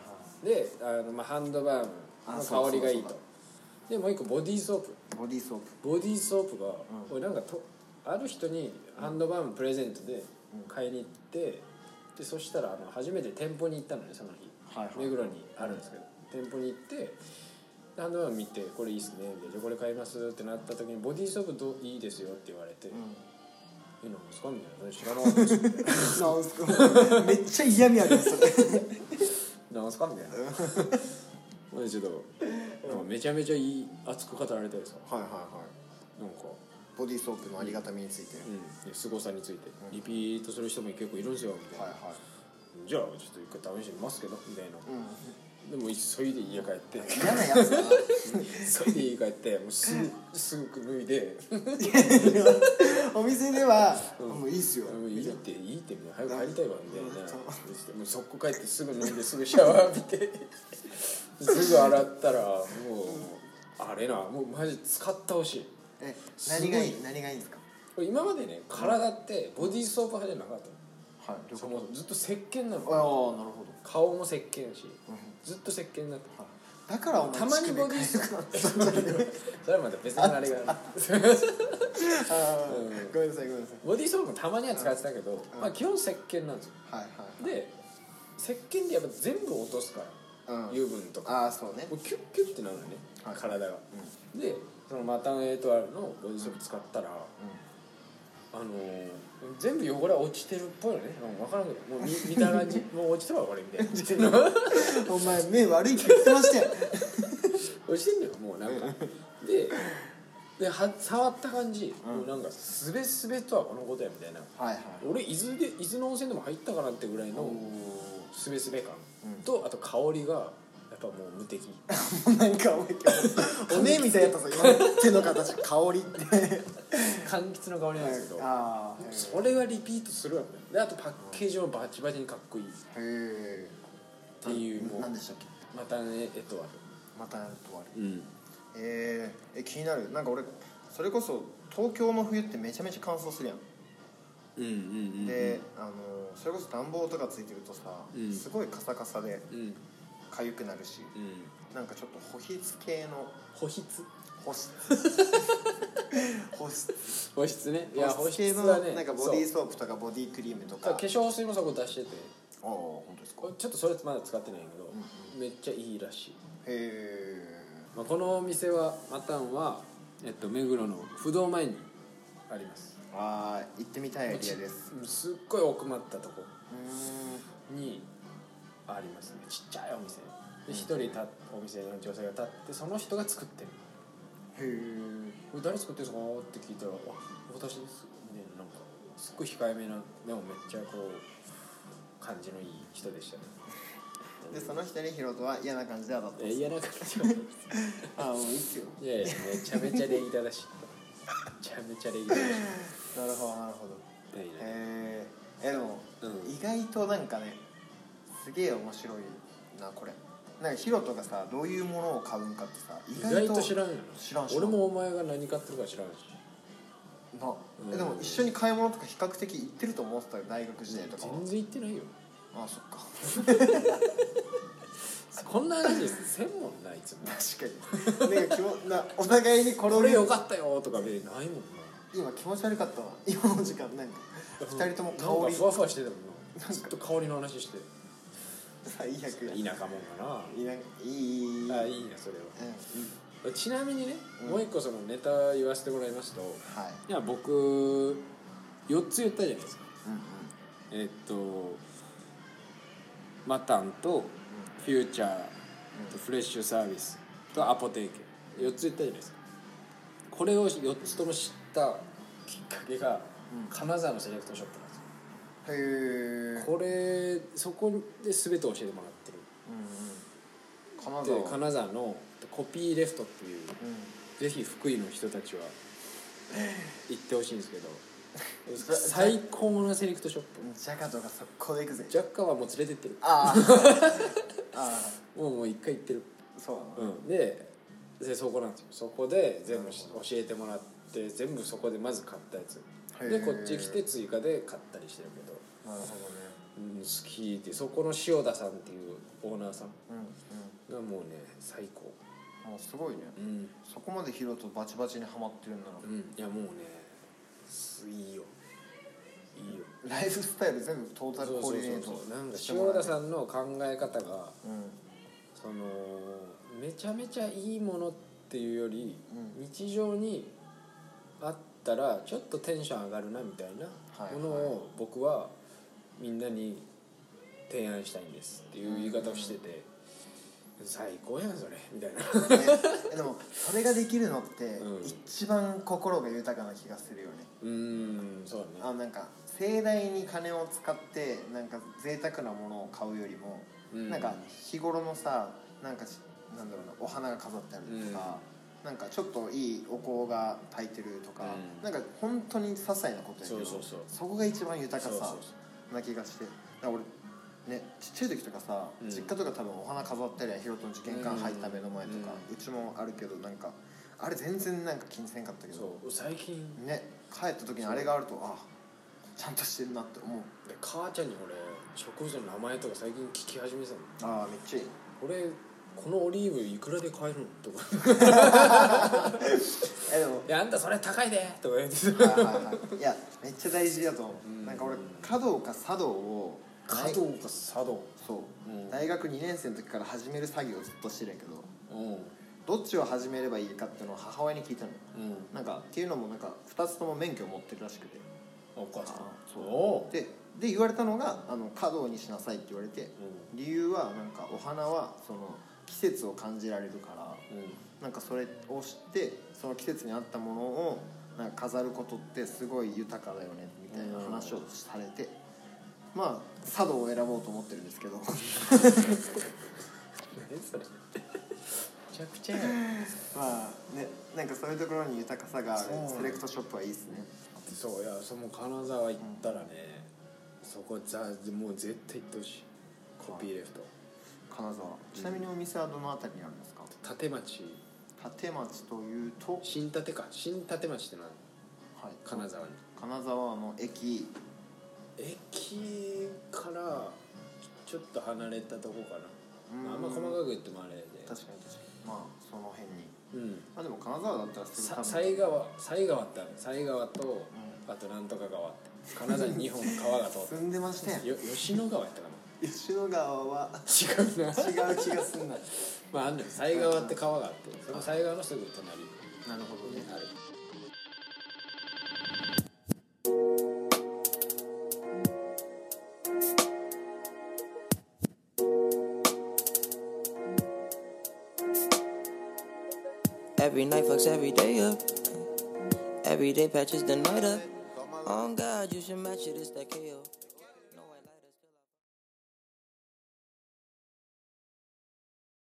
Speaker 4: いはい
Speaker 2: であの、まあ、ハンドバー
Speaker 4: あ
Speaker 2: ムの
Speaker 4: そう
Speaker 2: 香りが
Speaker 4: そ
Speaker 2: いい
Speaker 4: う
Speaker 2: と
Speaker 4: そう
Speaker 2: でもう一個ボディーソープ
Speaker 4: ボディーソープ
Speaker 2: ボディーソープが、俺なんかとある人にハンドバームプレゼントで買いに行って、でそしたらあの初めて店舗に行ったのねその日、
Speaker 4: はいはい
Speaker 2: 目黒にあるんですけど、店舗に行ってでハンドバーム見て「これいいっすね」で「じゃあこれ買います」ってなった時に「ボディーソープどういいですよ」って言われて「いいのですか?」みたいな「それ知らなかったです」みたいな
Speaker 4: なんすかめっちゃ嫌味あるやつ
Speaker 2: なんすか みたいなマジでちょっとなんかめちゃめちゃいい熱く語られたりさ
Speaker 4: はいはいはい
Speaker 2: なんか
Speaker 4: ボディーソープのありがたみについて、
Speaker 2: うんすごさについてリピートする人も結構いるんですよみたいな、
Speaker 4: はいはい
Speaker 2: じゃあちょっと一回試してみますけどみたいな、でも急いで家 帰って
Speaker 4: 嫌なやつだな
Speaker 2: 急いで家帰ってもうすぐすぐ脱いで
Speaker 4: お店では、もういいっすよ
Speaker 2: もういいっていいってみたいな早く帰りたいわみたいなもう速攻帰ってすぐ脱いですぐシャワー浴びてすぐ洗ったらもうあれなもうマジ使ってほしい
Speaker 4: え何がい
Speaker 2: すご
Speaker 4: い何がいいんですか
Speaker 2: これ今までね体ってボディーソープ派じゃなかったの
Speaker 4: はい旅
Speaker 2: そのずっと石鹸な
Speaker 4: ああなるほ
Speaker 2: の
Speaker 4: ど
Speaker 2: 顔も石鹸やしずっと石鹸だった
Speaker 4: だからお前
Speaker 2: たまにボディーソープ それはまた別のあれが ある
Speaker 4: あーごめんなさいごめんなさい
Speaker 2: ボディーソープもたまには使ってたけど、まあ、基本石鹸なんですよ
Speaker 4: はいはい
Speaker 2: で石鹸でやっぱ全部落とすから、
Speaker 4: うん
Speaker 2: 油分とか
Speaker 4: ああそうね
Speaker 2: もうキュッキュッってなるのね、
Speaker 4: はい
Speaker 2: 体が、でそのマタンエイトアールのボディーソープ使ったら、あのー全部汚れは落ちてるっぽいのね分からんけどもう見見た 感じもう落ちてるわこれみたいな
Speaker 4: お前目悪いって言ってましたよ
Speaker 2: 落ちてんのよもうなんかででは触った感じ、もうなんかすべすべとはこのことやみたいな
Speaker 4: はいはい
Speaker 2: 俺伊豆で伊豆の温泉でも入ったかなってぐらいのすべすべ感とあと香りがやっぱもう無 敵
Speaker 4: なんかお前お姉みたいやったぞ今の手の形香りって
Speaker 2: 柑橘の香りなんですけど
Speaker 4: あ
Speaker 2: それはリピートするわけであとパッケージもバチバチにかっこいいっ
Speaker 4: あへえ
Speaker 2: ていうもう
Speaker 4: 何でしたっけ
Speaker 2: またねえとは
Speaker 4: またやるとあ
Speaker 2: う
Speaker 4: れ
Speaker 2: ん
Speaker 4: えー、え気になるなんか俺それこそ東京の冬ってめちゃめちゃ乾燥するやん
Speaker 2: うんうん
Speaker 4: で、あのーそれこそ暖房とかついてるとさ、
Speaker 2: うん
Speaker 4: すごいカサカサで
Speaker 2: うんうん
Speaker 4: 痒くなるし
Speaker 2: うん
Speaker 4: なんかちょっと保湿系の
Speaker 2: 保湿
Speaker 4: 保湿保湿
Speaker 2: 保湿ねいや保
Speaker 4: 保湿系
Speaker 2: 湿
Speaker 4: の
Speaker 2: はね
Speaker 4: なんかボディー
Speaker 2: そ
Speaker 4: ソ
Speaker 2: う
Speaker 4: ープとかボディークリームと
Speaker 2: 化
Speaker 4: か
Speaker 2: 粧水もそこ出してて
Speaker 4: ああ本当ですか
Speaker 2: これちょっとそれまだ使ってないけど、めっちゃいいらしい、
Speaker 4: へえ
Speaker 2: まあ、このお店はマタンは、えっと、目黒の不動前にあります
Speaker 4: ああ行ってみたいアイディアです
Speaker 2: うんすっごい奥まったとこ
Speaker 4: うーん
Speaker 2: にありますねちっちゃいお店で一人立っお店の女性が立ってその人が作ってる
Speaker 4: へえ
Speaker 2: これ誰作ってるんですかって聞いたら「あ私です」みたいななんかすっごい控えめなでもめっちゃこう感じのいい人でし たね
Speaker 4: でその人にヒロトは嫌な感じで当たった
Speaker 2: え嫌な感じは
Speaker 4: ああもういいっすよ
Speaker 2: いやいやめちゃめちゃ礼儀正しいめちゃめちゃ礼儀正しい
Speaker 4: なるほどなるほど
Speaker 2: ないない
Speaker 4: へええでも、
Speaker 2: うん
Speaker 4: 意外となんかねすげえ面白いなこれなんかヒロトがさどういうものを買うんかってさ
Speaker 2: 意外と知らんよ
Speaker 4: 知らん知らん
Speaker 2: 俺もお前が何買ってるか知らんし
Speaker 4: な
Speaker 2: う
Speaker 4: え
Speaker 2: ん
Speaker 4: でも一緒に買い物とか比較的行ってると思ってたよ大学時代とかは
Speaker 2: 全然行ってないよ
Speaker 4: ああそっか
Speaker 2: こんな話せんもんない つも
Speaker 4: 確 かになんか気もなお互いにこれ
Speaker 2: これよかったよとか別にないもん
Speaker 4: 今気持ち悪かったわ今の時間なんか
Speaker 2: な
Speaker 4: 二人とも
Speaker 2: な
Speaker 4: 香
Speaker 2: ん
Speaker 4: り
Speaker 2: かふわふわしてたもんなずっと香りの話して
Speaker 4: 最悪やい
Speaker 2: 田舎もんか
Speaker 4: いないいい
Speaker 2: なあい
Speaker 4: うん
Speaker 2: いなそれはちなみにね、もう一個そのネタ言わせてもらいますと
Speaker 4: はい
Speaker 2: いや僕4つ言ったじゃないですか
Speaker 4: うんうん
Speaker 2: えっとマタンとフューチャーとフレッシュサービスとアポテーケ4つ言ったじゃないですかこれを4つとも知ったきっかけが金沢のセレクトショップなんですよ
Speaker 4: へえ
Speaker 2: これそこで全て教えてもらってる
Speaker 4: 金
Speaker 2: で
Speaker 4: 沢
Speaker 2: 金沢のコピーレフトっていう、ぜひ福井の人たちは行ってほしいんですけど最高のセレクトショップ
Speaker 4: ジャカとか速攻で行くぜ
Speaker 2: ジャッカはもう連れてってる
Speaker 4: あーあ
Speaker 2: もうもう一回行ってる、
Speaker 4: ーそうなの
Speaker 2: うん、ででそこなんですよそこで全部し教えてもらって全部そこでまず買ったやつ
Speaker 4: へー
Speaker 2: でこっち来て追加で買ったりしてるけど、
Speaker 4: なるほどね
Speaker 2: うん、好きでそこの塩田さんっていうオーナーさん
Speaker 4: うんうん
Speaker 2: がもうね最高
Speaker 4: あすごいね
Speaker 2: うん
Speaker 4: そこまでヒロとバチバチにハマってるんだな
Speaker 2: うんいやもうねすいいよいいよ
Speaker 4: ライフスタイル全部トータル
Speaker 2: そう
Speaker 4: コ
Speaker 2: そ
Speaker 4: ー
Speaker 2: う
Speaker 4: ディネ
Speaker 2: そう
Speaker 4: ート
Speaker 2: そうなんか
Speaker 4: しても
Speaker 2: 塩
Speaker 4: らえ
Speaker 2: 田さんの考え方が
Speaker 4: うん
Speaker 2: そのめちゃめちゃいいものっていうより、
Speaker 4: う
Speaker 2: 日常にあったらちょっとテンション上がるなみたい
Speaker 4: はい
Speaker 2: なものを僕はみんなに提案したいんですっていう言い方をしてて最高やんそれみ たいな
Speaker 4: ねでもそれができるのって
Speaker 2: うん
Speaker 4: 一番心が豊かな気がするよね
Speaker 2: うーんそうだ
Speaker 4: あ
Speaker 2: ね
Speaker 4: なんか盛大に金を使ってなんか贅沢なものを買うよりも、
Speaker 2: うん
Speaker 4: なんか日頃のさなんかしなんだろうなお花が飾ってあるとか、なんかちょっといいお香が炊いてるとか、
Speaker 2: うん
Speaker 4: なんか本当に些細なことやけど
Speaker 2: そうそうそう
Speaker 4: こが一番豊か
Speaker 2: そう
Speaker 4: さ
Speaker 2: そう
Speaker 4: な気がしてだから俺ね、ちっちゃい時とかさ、
Speaker 2: うん
Speaker 4: 実家とか多分お花飾ったりはヒロトの玄関入った目の前とか、うちもあるけどなんかあれ全然なんか気にせんかったけど
Speaker 2: そう最近
Speaker 4: ね帰った時にあれがあるとあちゃんとしてるなって思う
Speaker 2: で母ちゃんに俺植物の名前とか最近聞き始めたの
Speaker 4: ああめっちゃいい
Speaker 2: 俺このオリーブいくらで買えるのとか
Speaker 4: えでも
Speaker 2: 「いやあんたそれ高いで!」とか言ってた
Speaker 4: はいはいはいいやめっちゃ大事だと思う、なんか俺華道か茶道を
Speaker 2: 華道か茶道
Speaker 4: そう、
Speaker 2: うん
Speaker 4: 大学2年生の時から始める作業をずっとしてるんやけど
Speaker 2: うん
Speaker 4: どっちを始めればいいかっていうのを母親に聞いたの
Speaker 2: うん
Speaker 4: なんかっていうのもなんか2つとも免許を持ってるらしくて
Speaker 2: お母さん
Speaker 4: そう
Speaker 2: おう
Speaker 4: でで言われたのがあの華道にしなさいって言われて、理由はなんかお花はその季節を感じられるから、
Speaker 2: う
Speaker 4: なんかそれを知ってその季節に合ったものをなんか飾ることってすごい豊かだよねみたいな話をされて、まあ茶道を選ぼうと思ってるんですけど
Speaker 2: ん何それめちゃくちゃや
Speaker 4: まあねなんかそういうところに豊かさがあるセレクトショップはいいですね
Speaker 2: そういやその金沢行ったらね、そこザもう絶対行ってほしいコピーレフト
Speaker 4: 金沢ちなみにお店はどの辺りにあるんですか
Speaker 2: 立町
Speaker 4: 立町というと、はい、
Speaker 2: 新立か新立町ってのは金沢に
Speaker 4: 金沢の駅
Speaker 2: 駅からちょっと離れたとこかな、
Speaker 4: うん
Speaker 2: あんま細かく言ってもあれで
Speaker 4: 確かに確かにまあその辺に
Speaker 2: うん
Speaker 4: まあでも金沢だったらすぐ
Speaker 2: さ
Speaker 4: 多分
Speaker 2: 犀川犀川ってある犀川とあとなんとか川って金沢に2本の川が通っ
Speaker 4: 住んでましたよ
Speaker 2: てよ吉野川やったか
Speaker 4: 吉野川は
Speaker 2: な違うな
Speaker 4: 違う気がすんな
Speaker 2: まああんのよ犀川って川があってその犀川のすぐ隣に
Speaker 4: なるほどね
Speaker 2: ある
Speaker 5: Every night fucks every day up. Every day patches the night up. On God, you should match it, it's that KO.